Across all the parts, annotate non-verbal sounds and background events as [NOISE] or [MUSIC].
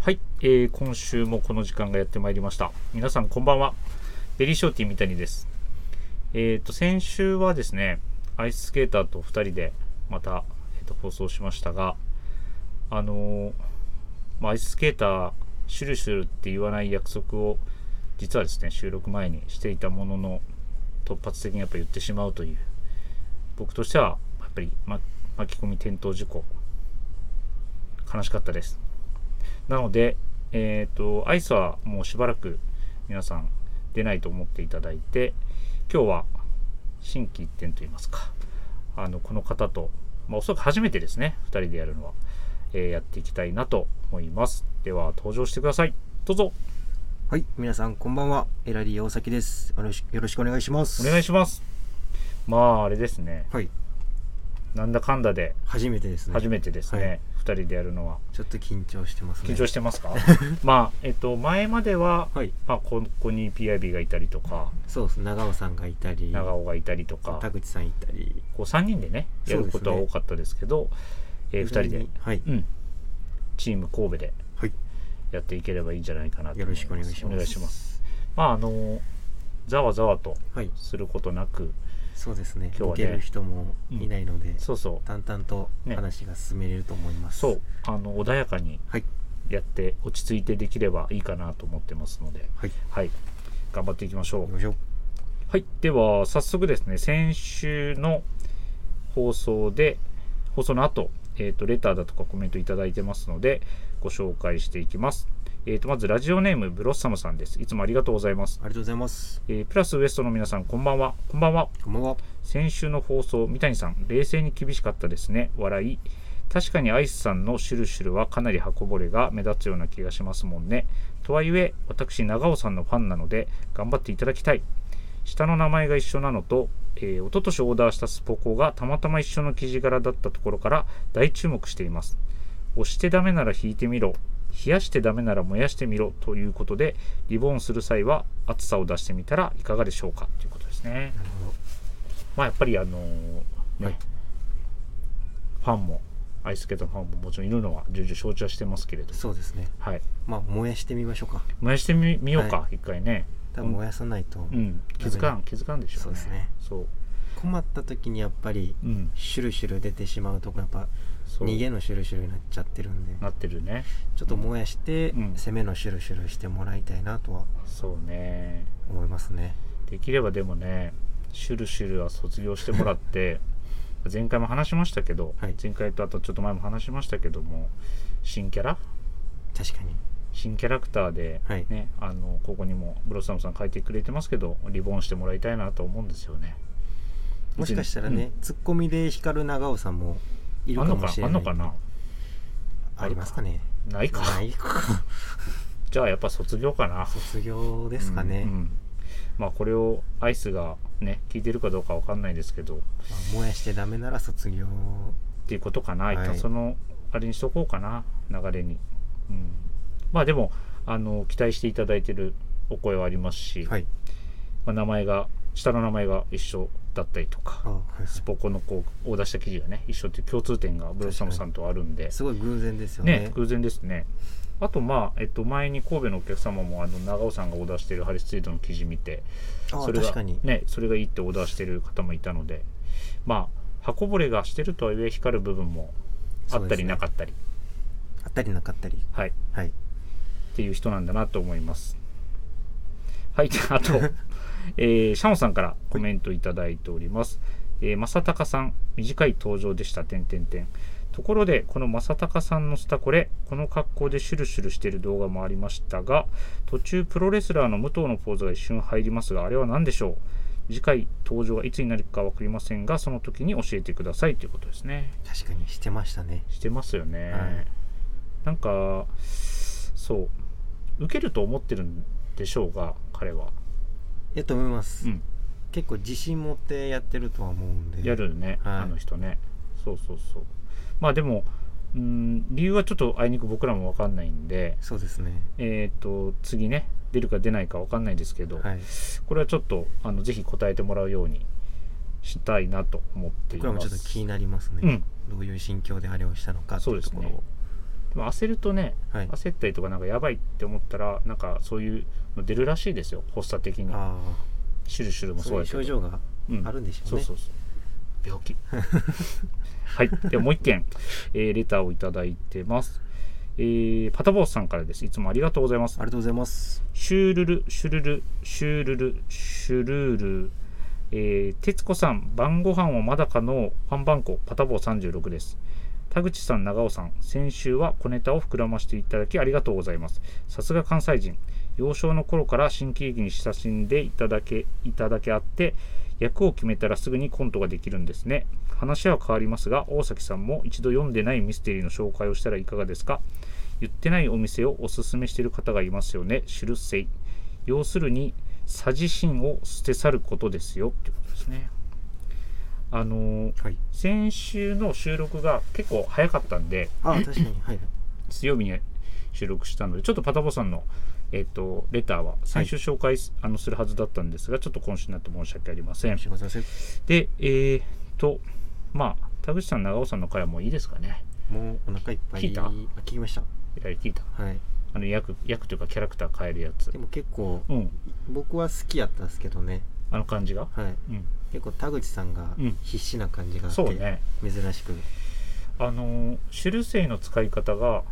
はい、えー今週もこの時間がやってまいりました。皆さんこんばんは。ベリーショーティー三谷です。えっ、と、先週はですね、アイススケーターと2人でまた、えーと放送しましたが、あのーまあアイススケーター、シュルシュルって言わない約束を、実はですね、収録前にしていたものの、突発的にやっぱ言ってしまうという、僕としては、やっぱり、ま、巻き込み転倒事故、悲しかったです。なので、えっ、と、アイスはもうしばらく皆さん出ないと思っていただいて、今日は新規一転といいますか、あの、この方と、まあ、おそらく初めてですね、2人でやるのは、えーやっていきたいなと思います。では、登場してください。どうぞ、はい、皆さんこんばんは。エラリー大崎です。よろしよろしくお願いしまおす。願いします。まあ、あれですね、はい、なんだかんだで初めてですね。初めてですはねい、 2人でやるのは。ちょっと緊張してますね。緊張してますかまあ、えっ、と、前までは、はい、まあ、ここに PIB がいたりとか、そうです。長尾さんがいたり、長尾がいたりとか、田口さんいたり、こう3人でねやることは多かったですけどえー、2人非常でに、はい、うん、チーム神戸ではい、やっていければいいんじゃないかなと思よろしくお願いします。お願いしますまああのざわざわとはい、することなくそうですね。今日は受ねける人もいないので、そうそう淡々とね話が進めれると思います。そう。あの穏やかにはい、やって落ち着いてできればいいかなと思ってますのではい、はい頑張っていきましょ行きうましょう。はいでは早速ですね先週の放送で放送の後、えー、とレターだとかコメントいただいてますのでご紹介していきます、えー、とまずラジオネームブロッサムさんですいつもありがとうございますあ、りがとうございます。えープラスウエストの皆さんこんばんはこんばんはこんばんは。先週の放送三谷さん冷静に厳しかったですね笑い確かにアイスさんのシュルシュルはかなり刃こぼれが目立つような気がしますもんねとはいえ私長尾さんのファンなので頑張っていただきたい下の名前が一緒なのと、えー、一昨年オーダーしたスポコがたまたま一緒の生地柄だったところから大注目しています押してダメなら引いてみろ冷やしてダメなら燃やしてみろということでリボンする際は熱さを出してみたらいかがでしょうかということですねなるほまあやっぱりあのーね、はいファンもアイスケートのファンももちろんいるのは重々承知はしてますけれどど。そうですね。はいまあ燃やしてみましょうか。燃やしてみみようか、は一回ね多分燃やさないと、うん気づかん気づかんでしょうねそうですねそう困った時にやっぱりうんシュルシュル出てしまうとこやっぱそう逃げのシュルシュルになっちゃってるんでなってるねちょっと燃やして、うん攻めのシュルシュルしてもらいたいなとはそうね思いますねできればでもねシュルシュルは卒業してもらって [LAUGHS] 前回も話しましたけど、はい前回とあとちょっと前も話しましたけども新キャラ確かに新キャラクターで、はいねあのここにもブロッサムさん書いてくれてますけどリボンしてもらいたいなと思うんですよねもしかしたらね、ツッコミで光る長尾さんもいるあんかのもかしあれんなのいかなありますかねないかないかじゃあやっぱ卒業かな卒業ですかね、うんうんまあこれをアイスがね聞いてるかどうかわかんないですけどっまあ燃やしてダメなら卒業ていうことかな、はい一旦そのあれにしとこうかな流れに、うん、まあでもあの期待していただいてるお声はありますし、はいまあ、名前が下の名前が一緒だったりとかあ、はいはいスポコのこうオーダーした記事がね一緒っていう共通点がブロッサムさんとあるんですごい偶然ですよねね偶然ですねあとまあ、えっと、前に神戸のお客様もあの長尾さんがオーダーしてるハリスツイートの記事見てあそれ確かが、に、ね、それがいいってオーダーしてる方もいたのでまあ刃こぼれがしてるとはいえ光る部分もあそっうたですりねなかったり、あったりなかったりはい、っはいていう人なんだなと思いますはい [LAUGHS] であと、えーシャオさんからコメントいただいております、えー正隆さん短い登場でした点点点ところでこの正隆さんのスタコレこの格好でシュルシュルしている動画もありましたが途中プロレスラーの武藤のポーズが一瞬入りますがあれは何でしょう次回登場がいつになるか分かりませんがその時に教えてくださいということですね確かにしてましたねしてますよね、はいなんかそう受けると思ってるんでしょうが彼はやと思います、うん結構自信持ってやってるとは思うんでやるね、はいあの人ねそうそうそうまあでもうん理由はちょっとあいにく僕らも分かんないんでそうですねえっ、と次ね出るか出ないか分かんないですけど、はいこれはちょっとあのぜひ答えてもらうようにしたいなと思ってい僕らまもすちょっと気になりますね、うんどういう心境であれをしたのかってそういうですとねころをでも焦るとね、はい焦ったりとかなんかやばいって思ったらなんかそういうの出るらしいですよ発作的にあシュルシュルあもそそうやういうけど症状があるんでしょうね、そうそうそう病 [LAUGHS] 気はいではもう一件、えーレターをいただいてます、えーパタボースさんからですいつもありがとうございますありがとうございますシュールルシュルルシュールルシュルールえー、徹子さん晩ご飯はまだかのファンバンコパタボー36です田口さん長尾さん先週は小ネタを膨らましていただきありがとうございますさすが関西人幼少の頃から新喜劇に親しんでいただけいただけあって役を決めたらすぐにコントができるんですね話は変わりますが大崎さんも一度読んでないミステリーの紹介をしたらいかがですか言ってないお店をおすすめしている方がいますよねシュルセイ要するにさ自身を捨て去ることですよってことですねあのーはい先週の収録が結構早かったんでああ確かにはい水曜日に収録したのでちょっとパタボさんの、えっとレターは先週紹介す,、あのするはずだったんですがちょっと今週になって申し訳ありません申し訳ございませんでえー、っとまあ田口さん長尾さんの回はもういいですかねもうお腹いっぱい聞いたあ聞きましたえらい聞いたはいあの役役というかキャラクター変えるやつでも結構うん僕は好きやったんですけどねあの感じがはいうん結構田口さんがうん必死な感じがあって、そうね珍しくあのーシュルセイの使い方が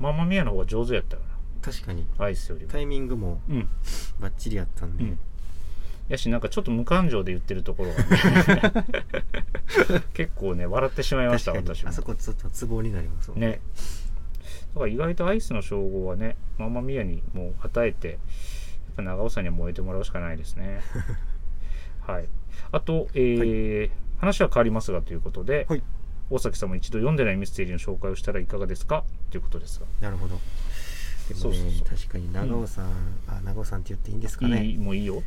ママミアの方が上手やったか確かにらアイスよりもタイミングもうんバッチリやったんで、うんやしなんかちょっと無感情で言ってるところが、 [LAUGHS] ね、結構ね笑ってしまいました確かに私もあそこちょっとツボになりますもんねだから意外とアイスの称号はねママミヤにもう与えてやっぱ長尾さんには燃えてもらうしかないです [LAUGHS] ねはいあと、えー話は変わりますがということで、はい大崎さんも一度読んでないミステリーの紹介をしたらいかがですかということですがなるほどでもねそうそうそう確かに長尾さん、あ長尾さんって言っていいんですかねいいもういいよ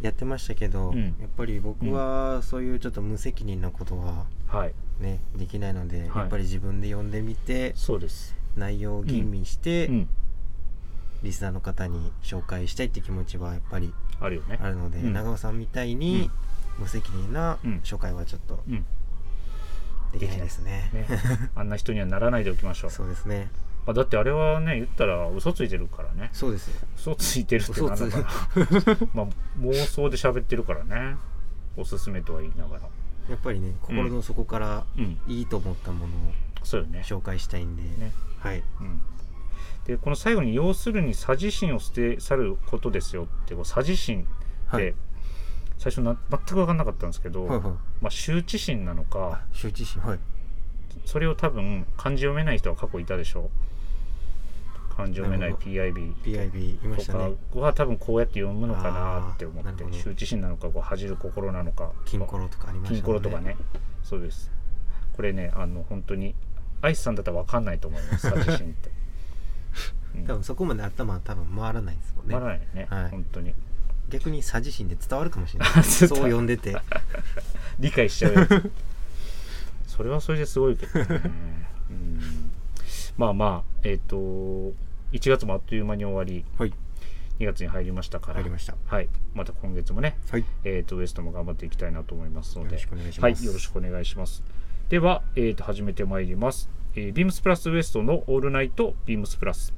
やってましたけど、うんやっぱり僕はそういうちょっと無責任なことははいねできないので、はいやっぱり自分で読んでみてそうです、内容を吟味して、うん、リスナーの方に紹介したいって気持ちはやっぱりあるよねあるので、うん長尾さんみたいに無責任なうん紹介はちょっとうんできないですね。 [LAUGHS] ねあんな人にはならないでおきましょうそうですね。まあ、だってあれはね言ったら嘘ついてるからねそうですよ。嘘ついてるってなんだ [LAUGHS] からまあ妄想で喋ってるからねおすすめとは言いながらやっぱりね心の底からうんいいと思ったものをそうよね紹介したいんで、ねはい。うんでこの最後に「要するにさ自身を捨て去ることですよ」ってこう「さ自身」っはいて最初な全く分かんなかったんですけど、はいはい。まあ、羞恥心なのか周知心はい。それを多分漢字読めない人は過去いたでしょ漢字読めないなるほ PIB PIB いまとしたかね。は多分こうやって読むのかなって思あーなっるてほど羞恥心なのかこう恥じる心なのか金コロとかありました金コロとか。ねそうですこれねあの本当にアイスさんだったら分かんないと思います自身ってうん多分そこまで頭は多分回らないですもんね。分からないよね、はい本当に逆にさ自身で伝わるかもしれ [LAUGHS] ない。そ伝うわる読んでて。理解しちゃうやつ [LAUGHS] それはそれですごいけどね、うん、まあまあえっ、と1月もあっという間に終わりはい。 2月に入りましたから入りました。はい、また今月もねはい。えー、とウエストも頑張っていきたいなと思いますのでよろしくお願いしはますい、よろしくお願いしますでは、えー、と始めてまいります、えー、ビームスプラスウエストのオールナイトビームスプラス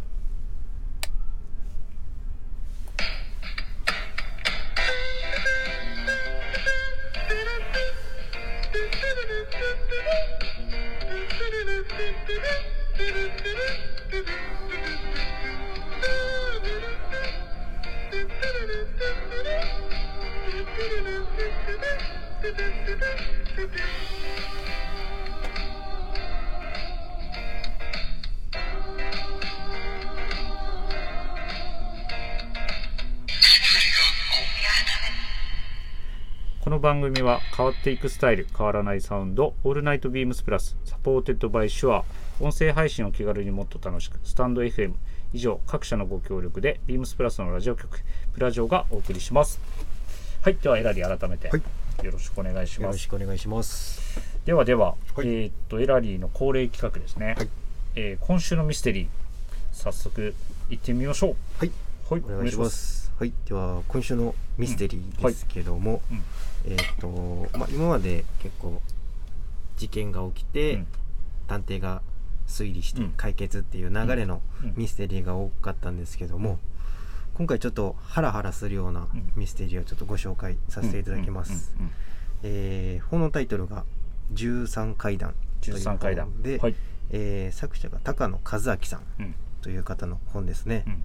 この番組は変わっていくスタイル変わらないサウンドオールナイトビームスプラスサポーテッドバイシュア音声配信を気軽にもっと楽しくスタンド FM 以上各社のご協力でビームスプラスのラジオ局プラジオがお送りしますはいではエラリー改めて、はいよろしくお願いしよまろすしくお願いします。ではでは、はいえーっとエラリーの恒例企画ですね、はいえー今週のミステリー早速行ってみましょはい。うはいお願いします。はい、では今週のミステリーですけども、うんはいえっ、とまあ今まで結構事件が起きおて、願いします探偵が推理してうん解決っていう流れのうんミステリーが多かったんですけども今回ちょっとハラハラするようなうんミステリーをちょっとご紹介させていただきます。うんうんうんえー本のタイトルが「13階段」という13階段本で、はいえー作者が高野和明さんうんという方の本ですねう。ん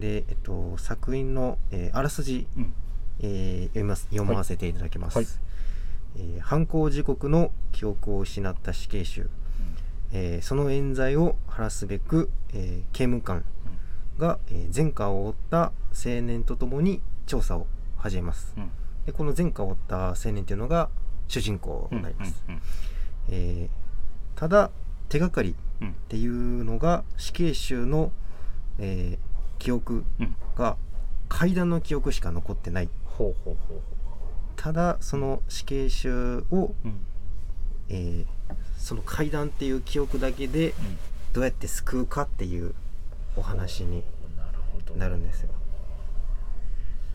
で、えっと、作品の、えーあらすじうんえー読みます読ませていただきます、はいえー犯行時刻の記憶を失った死刑囚、えーその冤罪を晴らすべく、えー刑務官が、えー前科を負った青年とともに調査を始めますうんでこの前科を負った青年というのが主人公うんになります、うんえーただ手がかりっうんていうのが死刑囚の、えー記憶うんが階段の記憶しか残ってないほうほうほうほただその死刑囚を、ううんえーその階段っていう記憶だけでうんどうやって救うかっていうお話になるほどなるんですよ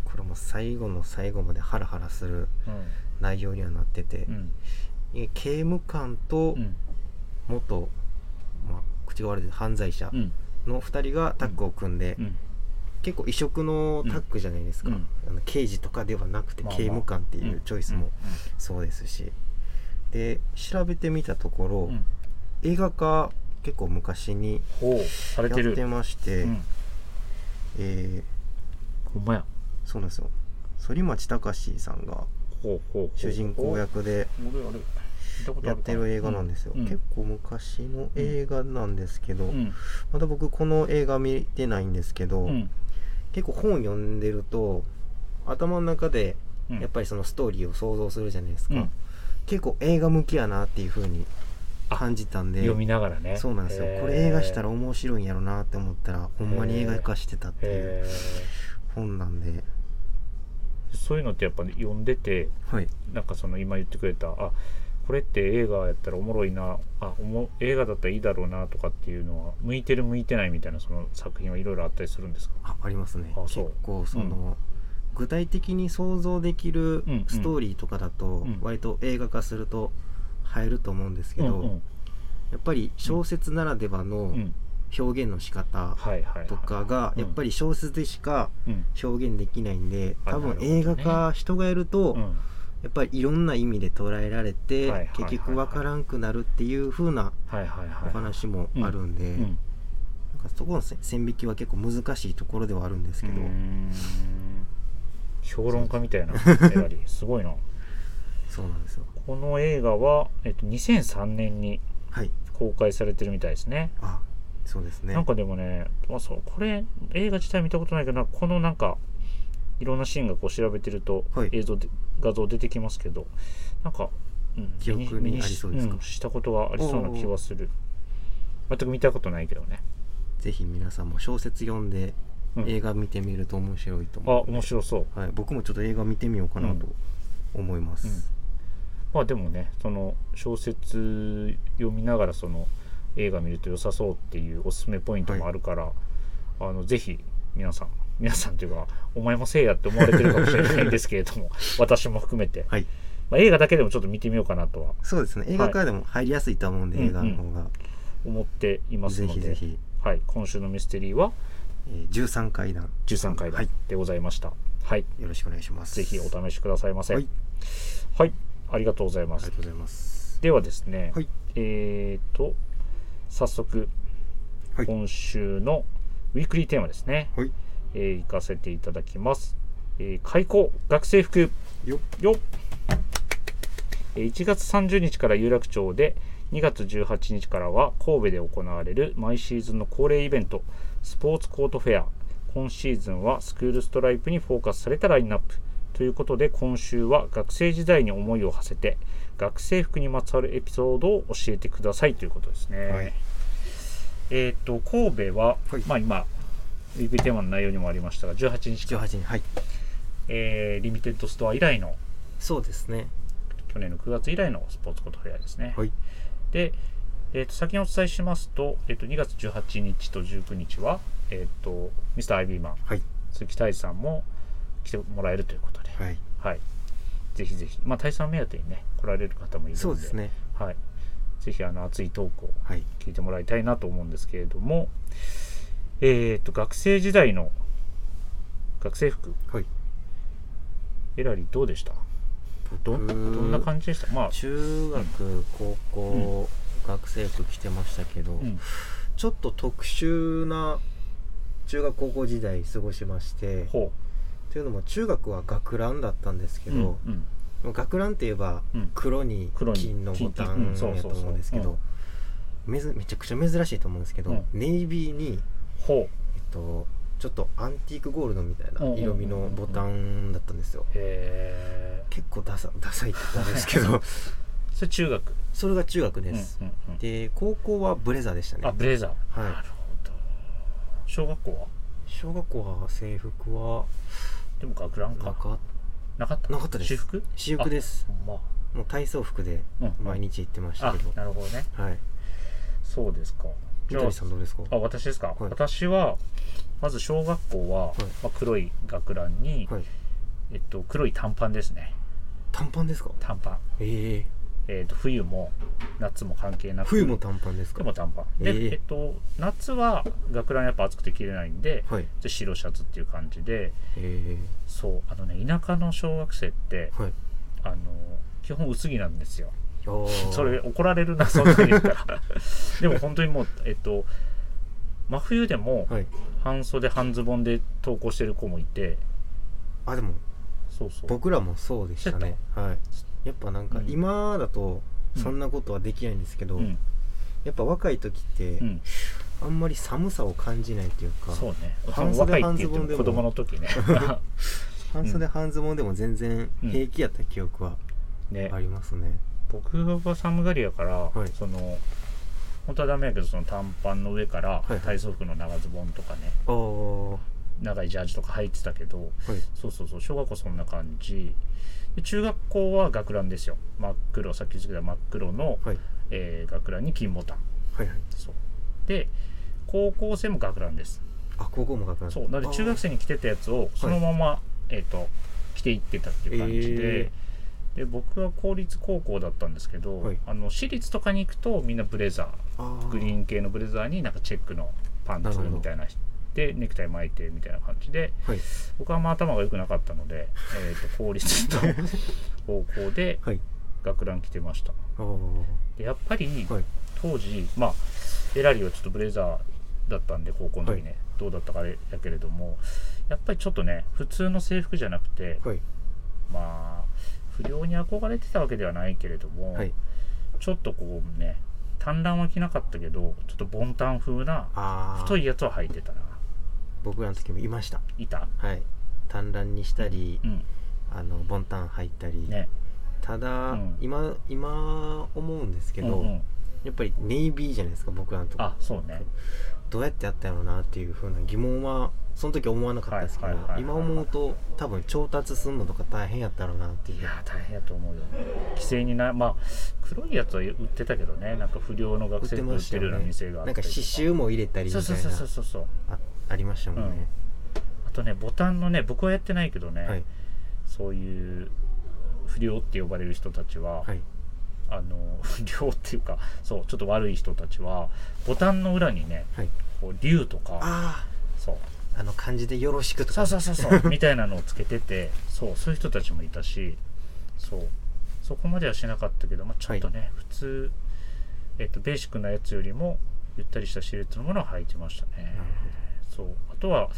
これも最後の最後までハラハラするう内容にはなってて、んえ刑務官とうん元、まあ、口が悪いです犯罪者うんの2人がタッグを組んで、うん結構異色のタッグじゃないですか、うんあの刑事とかではなくてまあまあ刑務官っていうチョイスもうんそうですしで調べてみたところ、うん映画化結構昔にほうさやれてるってましてうんえほんまやーそうなんですよ反町隆史さんがほうほうほう主人公役であれあれ見たことあやっかてる映画なんですよ、うん結構昔の映画なんですけど、うんまだ僕この映画見てないんですけど、うん結構本読んでると頭の中でうんやっぱりそのストーリーを想像するじゃないですか、うん結構映画向きやなっていう風に感じたんで読みながらねそうなんですよへーこれ映画したら面白いんやろなって思ったらほんまに映画化してたっていうへ本なんでーそういうのってやっぱ、ね、読んでてはいなんかその今言ってくれたあこれって映画やったらおもろいなあおも映画だったらいいだろうなとかっていうのは向いてる向いてないみたいなその作品はいろいろあったりするんですかあありますねあそう結構その、具体的に想像できうるんストーリーとかだとうん割と映画化すると入ると思うんですけど、うんうんやっぱり小説ならではうのん、表現の仕は方いはいはいとかがうんやっぱり小説でしかうん表現できないんであ多分なるほどね映画化人がやると、うんやっぱりいろんな意味で捉えられはて、いはいはいはい結局わからんくなるっていう風なはいはいおはい話もあるんで、うなんんかそこのせ線引きは結構難しいところではあるんですけど、うーん評論家みた [LAUGHS] いなエラリーすごいなそうなんですよこの映画は、えっと、2003年にはい公開されてるみたいですねあそうですねなんかでもねあそうこれ映画自体見たことないけどなんかこのなんかいろんなシーンがこう調べてると、はい映像で画像出てきますけどなんか、うん、記憶に身しありそうですかんしたことがありそうな気はする全く見たことないけどね、ぜひ皆さんも小説読んでうん映画見てみると面白いとあ思う、面白そうはい、僕もちょっと映画見てみようかなと思います、うんまあでもねその小説読みながらその映画見ると良さそうっていうおすすめポイントもあるから、あのぜひ皆さん [LAUGHS] 皆さんというかお前もせいやって思われてるかもしれないんですけれ [LAUGHS] ども私も含めて、はいまあ、映画だけでもちょっと見てみようかなとはそうですね映画からでも入りやすいと思うんで、はい映画の方が、思っていますぜのでひぜひ、はい、今週のミステリーはえー13階段13回はいでございました、はいよろしくお願いしますぜひお試しくださいませはいはい、ありがとうございまありすがとうございます。ではですね、はいえーと早速はい今週のウィークリーテーマですね、はい。えー行かせていただきます、えー開校学生服よよっえー1月30日から有楽町で2月18日からは神戸で行われる毎シーズンの恒例イベントスポーツコートフェア今シーズンはスクールストライプにフォーカスされたラインナップということで今週は学生時代に思いを馳せて学生服にまつわるエピソードを教えてくださいということですね、はいえっ、と神戸は、はいまあ今ウィークリーテーマの内容にもありましたが18日十か、八人はい。えーリミテッドストア以来のそうですね。去年の9月以来のスポーツコートフェアですね。はいで、えー、と先にお伝えしますと,、えー、と2月18日と19日は、えー、とミスターアイビーマンはい鈴木大志さんも来てもらえるということで、はいはい。ぜひぜひ、まあ、大志さん目当てにね来られる方もいるのでそうですね。はい、ぜひあの熱いトークをはい聞いてもらいたいなと思うんですけれども、えー、と学生時代の学生服はいエラリーどうでしたどん僕どんな感じでしたまあ、中学高校、学生服着てましたけど、うんちょっと特殊な中学高校時代過ごしましてほというのも中学は学ランだったんですう、けうんど、うん学ランって言えばうん黒に黒に金のボタ金うンんやとそうそうそう思うんですけど、めずめちゃくちゃ珍しいと思うんですけど、うんネイビーに、ほうえっと、ちょっとアンティークゴールドみたいなうんうんうんうん色味のボタンだったんですよ。え結構ダサダサいって言ったんですけどー、それ中学 [LAUGHS] それが中学です、うんうんうんで高校はブレザーでしたねあブレザー、はいなるほど小学校は小学校は制服はでも学ランなかかっなかったなかったです私服私服ですほんまもう体操服でうん毎日行ってましたあけど、なるほどねはいそうですか三谷さんどうですかあ私ですか、い私はまず小学校は、いまあ、黒い学ランに、はいえっと、黒い短パンですね短パンですか短パン、えええっと、冬も夏も関係なく冬も短パンですか冬も短パンで、えええっと、夏は学ランやっぱ暑くて着れないんで、はいで白シャツっていう感じでえそうあのね田舎の小学生ってえはいあの基本薄着なんですよいやーそれ怒られるなそんなに言った [LAUGHS] らでも本当にもうえっと真冬でもはい半袖半ズボンで登校してる子もいてあでもそうそう僕らもそうでしたねはいやっぱなんかうん今だとそんなことはできないんですけど、うん、やっぱ若い時ってうん、あんまり寒さを感じないというか、そうね半袖若いって言って半ズボンでもも子供の時 [LAUGHS] ね半袖半ズボンでも全然平気やった記憶はねありますね、僕は寒がりやから、はいその本当はダメやけどその短パンの上からはいはい体操服の長ズボンとかね、ああは長いジャージとか履いてたけどいそうそうそう小学校そんな感じで中学校は学ランですよ真っ黒さっき言ってた真っ黒の、はいえー学ランに金ボタンはいはいそうで高校生も学ランですあ高校も学ランそうなので中学生に着てたやつをそのまま、えっ、と着ていってたっていう感じで、えで僕は公立高校だったんですけど、はいあの私立とかに行くとみんなブレザあーグリーン系のブレザーになんかチェックのパンツみたいなでネクタイ巻いてみたいな感じではい僕はあんま頭が良くなかったので、えー、と公立と高校ではい学ラン着てましたああでやっぱりはい当時まあエラリーはちょっとブレザーだったんで高校の時ね、どうだったかあれやけれどもやっぱりちょっとね普通の制服じゃなくて、はいまあ不良に憧れてたわけではないけれども、はいちょっとこうね短ランは着なかったけどちょっとボンタン風なああ太いやつは履いてたな僕らの時もいましたいたはい短ランにしたり、うんあのボンタン入ったり、ねただ、うん今今思うんですけど、うんうんやっぱりネイビーじゃないですか僕らのとこあそうねどうやってやったんやろうなっていうふうな疑問はその時思わなかったですけど、はいはいはいはい今思うと多分調達するのとか大変やったろうなっていういやー大変やと思うよ規制になまあ黒いやつは売ってたけどねなんか不良の売学っ生て服売まっしたてるよようなね店があなっんたかりと刺繍も入れたりみたそいうそなうそうそうそうそうあありましたもんね、あとねボタンのね僕はやってないけどね、はいそういう不良って呼ばれる人たちは、はいあの不良っていうかそうちょっと悪い人たちはボタンの裏にねはいこう竜とかあそうああの漢字で「よろしく」とそかうそうそうそうみたいなのをつけててそうそういう人たちもいたしそうそこまではしなかったけど、まあ、ちょっとね、普通、えっとベーシックなやつよりもゆったりしたシルエットのものを履いてましたねなるそうあとは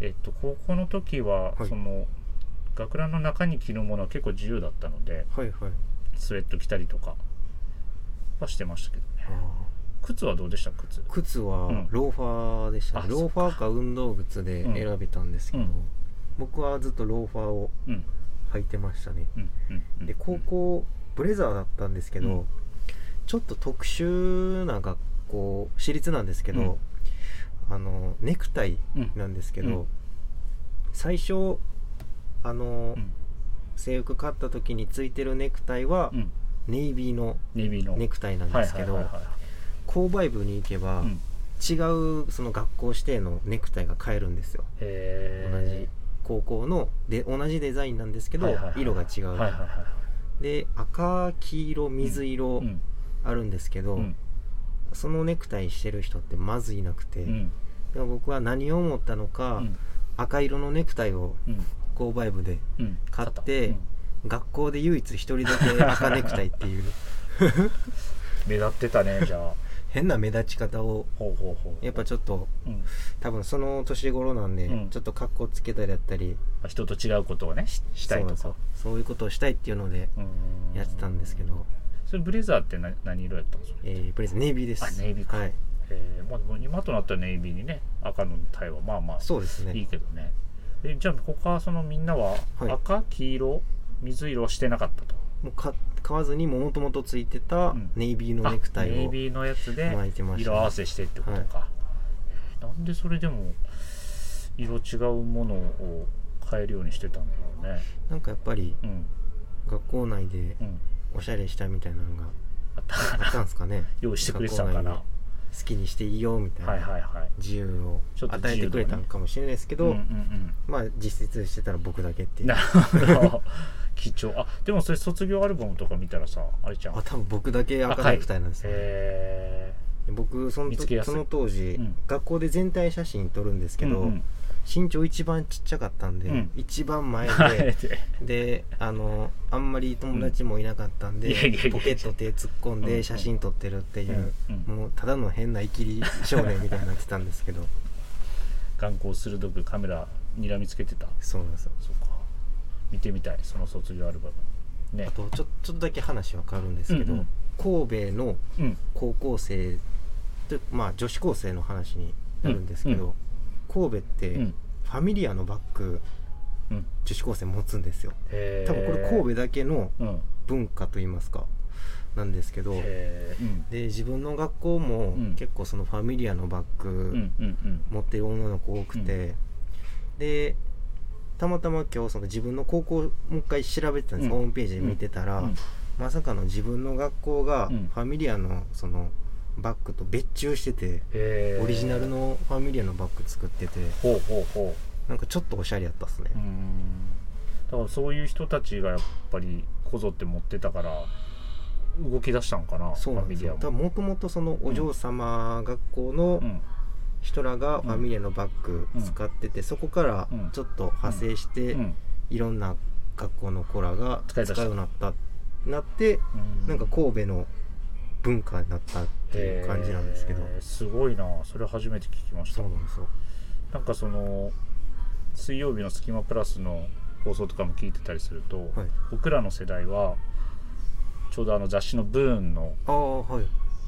えっと高校の時は、はいその学ランの中に着るものは結構自由だったのではいはいスウェット着たりとかはしてましたけどねあ靴はどうでした靴ー靴うはんローファーでしたね、あローファーか運動靴でうん選べたんですけど、うん僕はずっとローファーをうん履いてましたねうんうんうんで高校ブレザーだったんですけど、うんちょっと特殊な学校私立なんですけど、あのネクタイうんなんですけど、うん最初あの、うん制服買った時についてるネクタイは、うんネイビーのネビのネクタイなんですけど、はいはいはいはい購買部に行けば、うん違うその学校指定のネクタイが買えるんですよ同へじ高校ので同じデザインなんですけど、はいはいはい色が違う、ーはいはいはいで赤黄色水色、うんあるんですけど、うんそのネクタイしてる人ってまずいなくて、うんでも僕は何を思ったのか、うん赤色のネクタイをうん購買部でうん買っうてん学校で唯一一人だけ赤ネクタイっ [LAUGHS] ていう目立ってたねじゃあ変な目立ち方をほうほうほう [LAUGHS] やっぱちょっとうんま多分その年頃なんで、うんちょっと格好つけたりだったりあ人と違うことをねししたいとそうかなんですよそういうことをしたいっていうのでうーんやってたんですけど、それブレザーってな何色やったんですか、えー、プレゼンネイビーですあネイビーかはいえーまあ、でも今となったらネイビーにね赤のタイはまあまあそうですねいいけどねえじゃあ他はそのみんなははい赤、黄色水色はしてなかったともうか買わずにもともとついてたうんネイビーのネクタあネイイをビーのやつで巻いてましたね色合わせしてってことか、えーなんでそれでも色違うものを変えるようにしてたんだろうねなんかやっぱりうん学校内で [LAUGHS] うんおしゃれしたみたいなのがあったかあなったんですかね [LAUGHS] 用意してくれてたんかな学校内で好きにしていいよみたいな、はいはいはい自由をちょっと与自え由度てねくれたんかもしれないですけうんど、うんうんまあ実質してたら僕だけっていうなるほど [LAUGHS] 貴重あでもそれ卒業アルバムとか見たらさあれちゃんあ多分僕だけ赤ネクタイなんですよ、ねへ僕その見つけや時すいその当時、うん学校で全体写真撮るんですえけど、うんうん身長一番ちっちゃかったんで、うん一 [LAUGHS] 番前あえでてであのあんまり友達もいなかったんうんいやいやいでやいやポケット手突っ込んうんうんで写真撮ってるっていう、うんうんもうただの変なイキリ少年みたいになってたんです [LAUGHS] けど眼光鋭くカメラにらみつけてたそうなんですよそうか見てみたいその卒業アルバムねあとちょちょっとだけ話は変わるんですけど、うんうん神戸のうん高校生とまあ女子高生の話になるんですけど、うん神戸ってうフんァミリアのバッグうん女子高生持つんですよへえ多分これ神戸だけの戸うん文化といいますかなんですけどへえうんで自分の学校もうん結構そのファミリアのバッうグんうんうん持ってる女の子多くて、でたまたま今日その自分の高校もう一回調べてたんです、うんホームページ見てたら、うんまさかの自分の学校がうんファミリアのそのバッグと別注してて、へえオリジナルのファミリアのバッグ作っててほうほうほなんかちょっとおしゃれやったっすねうう、んだからそういう人たちがやっぱりこぞって持ってたから動き出したんかなそうなんですよファ多ミ分もともとそのお嬢様学校のリアも人らがファミリアのバッグ使ってて、そこからうんちょっと派生して、うんうんいろんな学校の子らが使使い出したうようになったなってうんなんか神戸の文化になったっていう感じなんですけど、へーすごいなそれ初めて聞きましたそうなんですよなんかその水曜日の「スキマプラス」の放送とかも聞いてたりすると、はい僕らの世代はちょうどあの雑誌の「ブーン」のああはい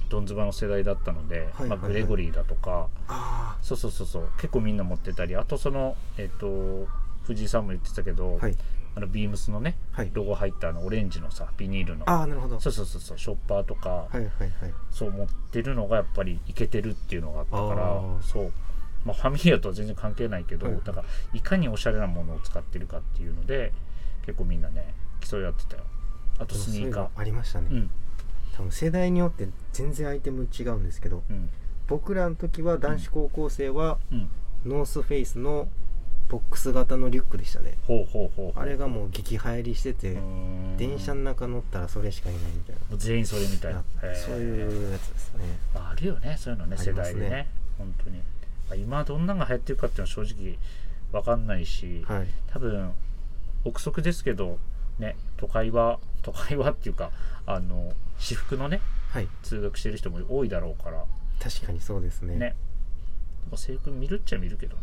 どんずばの世代だったので、はいまあ、はいはいグレゴリーだとかあそうそうそうそう結構みんな持ってたりあとそのえっ、と藤井さんも言ってたけど、あはいあのビームスのねはいロゴ入ったあのオレンジのさビニールのああなるほどはそいうそうそうそうショッパーとか、はいはいそう持ってるのがやっぱりイケてるっていうのがあったあからーそう、まあ、ファミリアとは全然関係ないけど、はいだからいかにおしゃれなものを使ってるかっていうので結構みんなね競い合ってたよあとスニーカありましたね、ーうん多分世代によって全然アイテム違うんですけどうん僕らの時は男子高校生はうんノースフェイスのボックス型のリュックでしたねほうほうほうほうあれがもう激流行りしててうーん電車の中乗ったらそれしかいないみたいなもう全員それみたいなへーそういうやつですねまあ、あるよねそういうのねあ世ります代ねでね本当にまあ今どんなのが流行ってるかっていうのは正直わかんないし、はい多分憶測ですけどね都会は都会はっていうかあの私服のねはい通学してる人も多いだろうから確かにそうですねねなんか制服見るっちゃ見るけどね、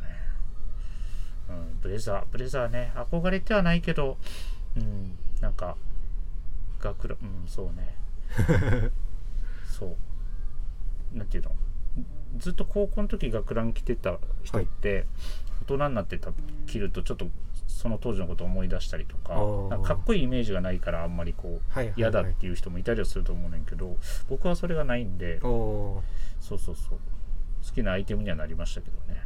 うん、ブレザーブレザーね憧れてはないけどうんなんか学ランうんそう [LAUGHS] ねそうなんていうのずっと高校の時学ラン着てた人って、大人になってた着るとちょっとその当時のことを思い出したりとかあーなんかかっこいいイメージがないからあんまりこはいはうい嫌だっていう人もいたりはすると思うねんけど僕はそれがないんでおおそうそうそう好きなアイテムにはなりましたけどね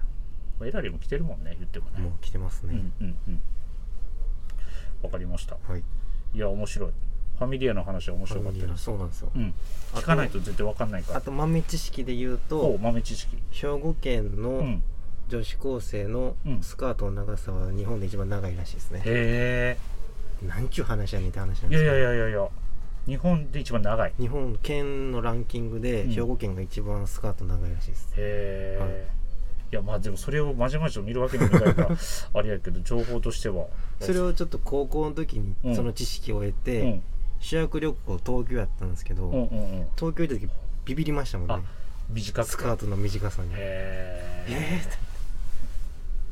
まあエラリーも着てるもんね言ってもーもねう来てますうね、んうんうんわかりましたはいいや面白いファミリアの話は面白かったですそうなんですよ、うんあと聞かないと絶対わかんないかあらと豆知識で言うおと豆知識兵庫県うのん女子高生のうんスカートの長さは日本で一番長いらしいですね、へえなんちゅう話やねんって話なんいでやいすけどやいやいやいや日本で一番長いへ日本県のランキングでうん兵庫県が一番スカート長いらしいです、え、はいい、やまあでもそれをまじまじと見るわけにもいかない [LAUGHS] からあれやけど情報としてはそれをちょっと高校の時にうんその知識を得うて、ん修学旅行東京やったんですけど、うんうんうん東京行った時ビビりましたもんね短スくカートの短さにへええ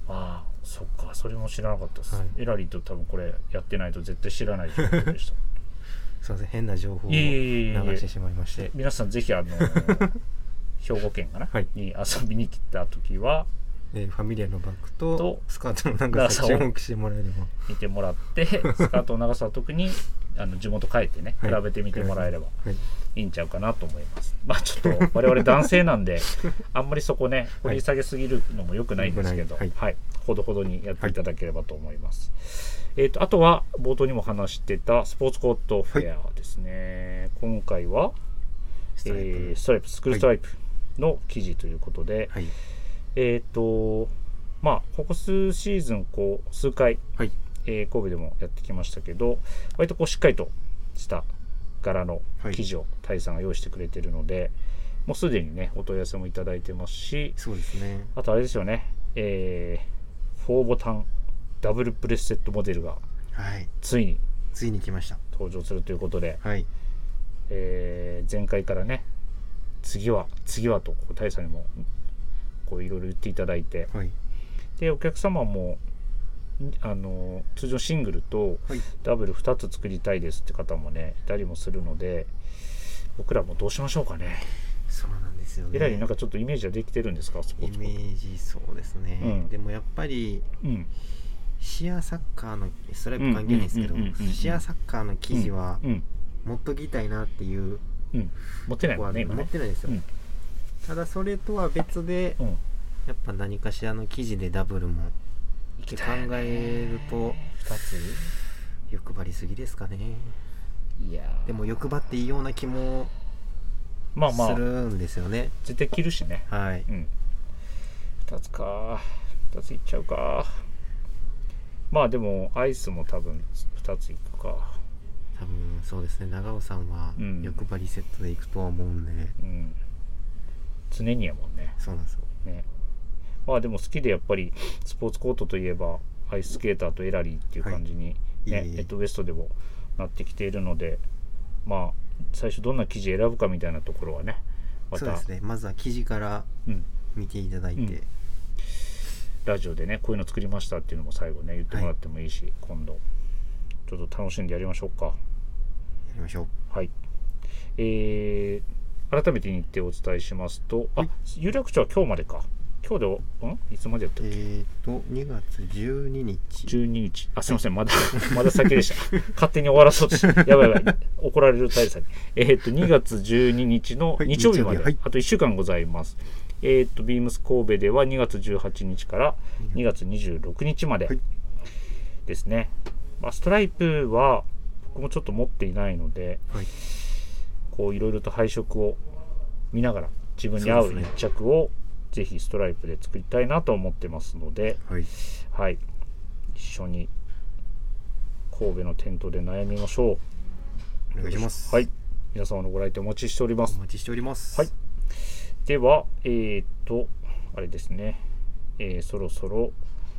ああそっかそれも知らなかったです、はいエラリーと多分これやってないと絶対知らない情報で [LAUGHS] したー、すいません変な情報をいえいえいえいえ流してしまいまして皆さんぜひあの [LAUGHS] 兵庫県かな、はいに遊びに来た時はえーファミリアのバッグととスカートの長さ長さを注目してもらえれば見てもらって [LAUGHS] スカートの長さは特にあの地元帰ってね比はいべてみてもらえればはいいいんちゃうかなと思います、まあちょっと我々男性なん [LAUGHS] であんまりそこね掘り下げすぎるのも良くないんですけど、ははいいほどほどにやっていただければと思います、えー、とあとは冒頭にも話してたスポーツコートフェアですね、今回はススト,、トライプのえーストライプスクールストライプの記事ということで、はいえっ、とまあここ数シーズンこう数回はいえー神戸でもやってきましたけど割とこうしっかりとした柄のはい生地をタイさんが用意してくれてるので、もうすでにねお問い合わせもいただいてますしそうですねあとあれですよね、えー、4ボタンダブルプレスセットモデルがはいついについに来ました登場するということで、はいえー前回からね次は次はとこうタイさんにもこういろいろ言っていただいてはいでお客様もんあの通常シングルとはいダブル2つ作りたいですって方もねいたりもするので僕らもどうしましょうかねそうなんですよねえらいなんかちょっとイメージはできてるんですかスポイーツメージそうですね、うんでもやっぱりうんシアサッカーのストライプ関係ないですけどうんうんうんうんうんシアサッカーの記事はうん持っときたいなっていううん持ってない子もはんね今持っねてないですよ、うんただそれとは別でうんやっぱ何かしらの記事でダブルもって考えると2つ欲張りすぎですかねいやーでも欲張っていいような気もまあますあるんですよね、絶対着るしねはいうん2つか2ついっちゃうかまあでもアイスも多分2ついくか多分そうですね長尾さんはうん欲張りセットでいくとは思うんで、うん常にやもんねそうなんですよね、まあでも好きでやっぱりスポーツコートといえばアイススケーターとエラリーっていう感じに、ねはいいいえっと、ウエストでもなってきているのでまあ最初どんな記事選ぶかみたいなところはねまそうたですねまずは記事からうん、見ていただいて、うんラジオでねこういうの作りましたっていうのも最後ね言ってもらってもいいし、今度ちょっと楽しんでやりましょうかやりましょうはいえー、改めて日程をお伝えしますと、あ有楽町は今日までか今日でんいつまでやってるえっ、と2月12日12日、あ、すみません、まだ、 [LAUGHS] まだ先でした。勝手に終わらそうと [LAUGHS] して、やばいやばい、怒られる大佐に。えーっと、2月12日のはい日曜日まで、日曜日はいあと1週間ございます。えーっと、ビームス神戸では2月18日から2月26日まではいですね。まあ、ストライプは、僕もちょっと持っていないので、はいこう、いろいろと配色を見ながら、自分に合そううですね一着を、ぜひストライプで作りたいなと思ってますので、はいはい、一緒に神戸のテントで悩みましょおう。願いしますはい、皆様のご来店お待ちしておりまおす。待ちしておりますはいでは、えー、っと、あれですね、えーそろそろ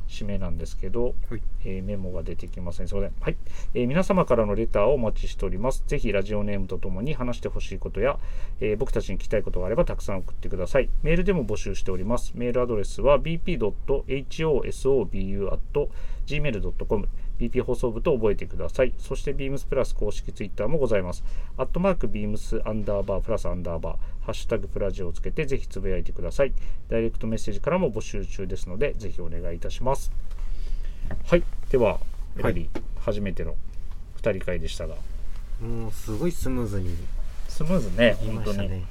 締めなんですけど、はいえーメモが出てきません。すいません。はい、えー皆様からのレターをお待ちしております。ぜひラジオネームとともに話してほしいことや、えー僕たちに聞きたいことがあればたくさん送ってください。メールでも募集しております。メールアドレスは bp.hosobu.gmail.com BP 放送部と覚えてください。そして beams プラス公式ツイッターもございます。アットマーク beams アンダーバープラスアンダーバー、ハッシュタグプラジオをつけてぜひつぶやいてください。ダイレクトメッセージからも募集中ですので、ぜひお願いいたします。はい、では、やはり初めての2人会でしたが、もうすごいスムーズにスムーズね、言い本ま当したに。ね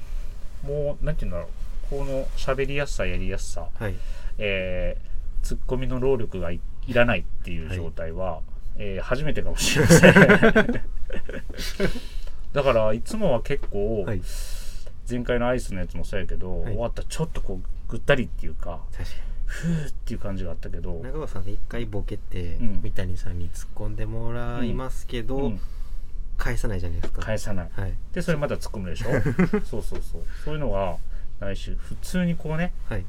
もう、なんていうんだろう、この喋りやすさ、やりやすさ、はいえー、ツッコミの労力がいいらないっていう状態は、えー初めてかもしれません。 [LAUGHS] だから、いつもは結構、はい前回のアイスのやつもそうやけど、はい終わったらちょっとこう、ぐったりっていうか、確かふーっていう感じがあったけど、に長尾さんで一回ボケて、うん三谷さんに突っ込んでもらいますけど、うん返さないじゃないですか。返さないはい。でそれまた突っ込むでしょ [LAUGHS] そうそうそうそういうのがないし普通にこうねはい。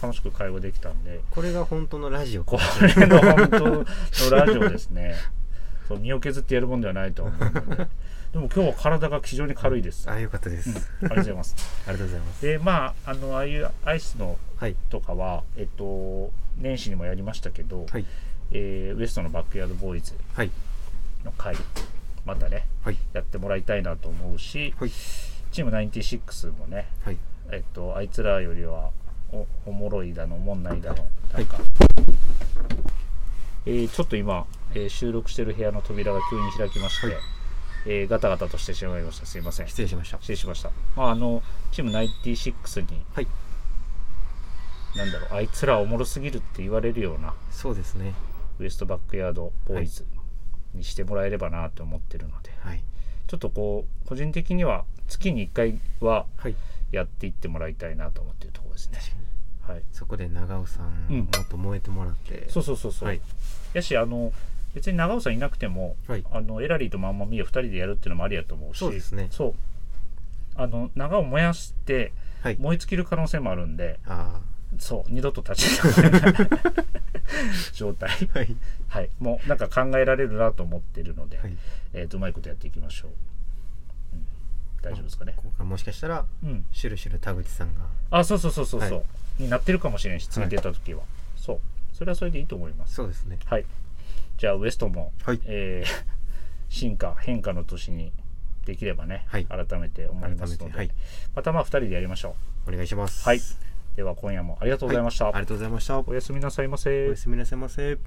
楽しく会話できたんでこれが本当のラジオ。これの本当のラジオです [LAUGHS] ねそう身を削ってやるもんではないとは思うのででも今日は体が非常に軽いです、あ、よかったでうす、んあありがとうございますりがとうございます。でまああのああいうアイスのはい。とかはえっと年始にもやりましたけど、はい。えーウエストのバックヤードボーイズはい。の回またねはい。やってもらいたいなと思うし、はい。チーム96もねはい。えっとあいつらよりはおおもろいだのおもんないだのなんか、えーちょっと今、えー収録してる部屋の扉が急に開きまして、えーガタガタとしてしまいましたすいません失礼しました。失礼しました。まあ、あの、チーム96に、はいなんだろう、あいつらおもろすぎるって言われるような、そうですね。ウエストバックヤードボーイズにしてもらえればなと思ってるので、はい。ちょっとこう、個人的には月に1回ははい。やっていってもらいたいなと思ってるところですね。はい。そこで長尾さん、うんもっと燃えてもらって。そうそうそうそう。はいやし、あの、別に長尾さんいなくても、はいあのエラリーとマンマミーを2人でやるっていうのもありやと思うしそうですねそうあの長尾燃やしてはい。燃え尽きる可能性もあるんで、あそう、二度と立ち上がらない [LAUGHS] 状態。あ。はい。はい。もうなんか考えられるなと思ってるので、はい。えっ、と、うまいことやっていきましょう。うん大丈夫ですかね。ここからもしかしたら、うん。シュルシュル田口さんが。あ、そうそうそうそうそう、はいになってるかもしれんし、次出た時は、そう。それはそれでいいと思います。そうですね。はい。じゃあ、ウエストも、はい [LAUGHS] えー進化、変化の年にできればね、はい改めて思いますの改めで、てはいまたまあ、二人でやりましょお願いします。う。はい。では、今夜もありがとうございました。ありがとうございました。おおやすみなさいませ。やすみなさいませ。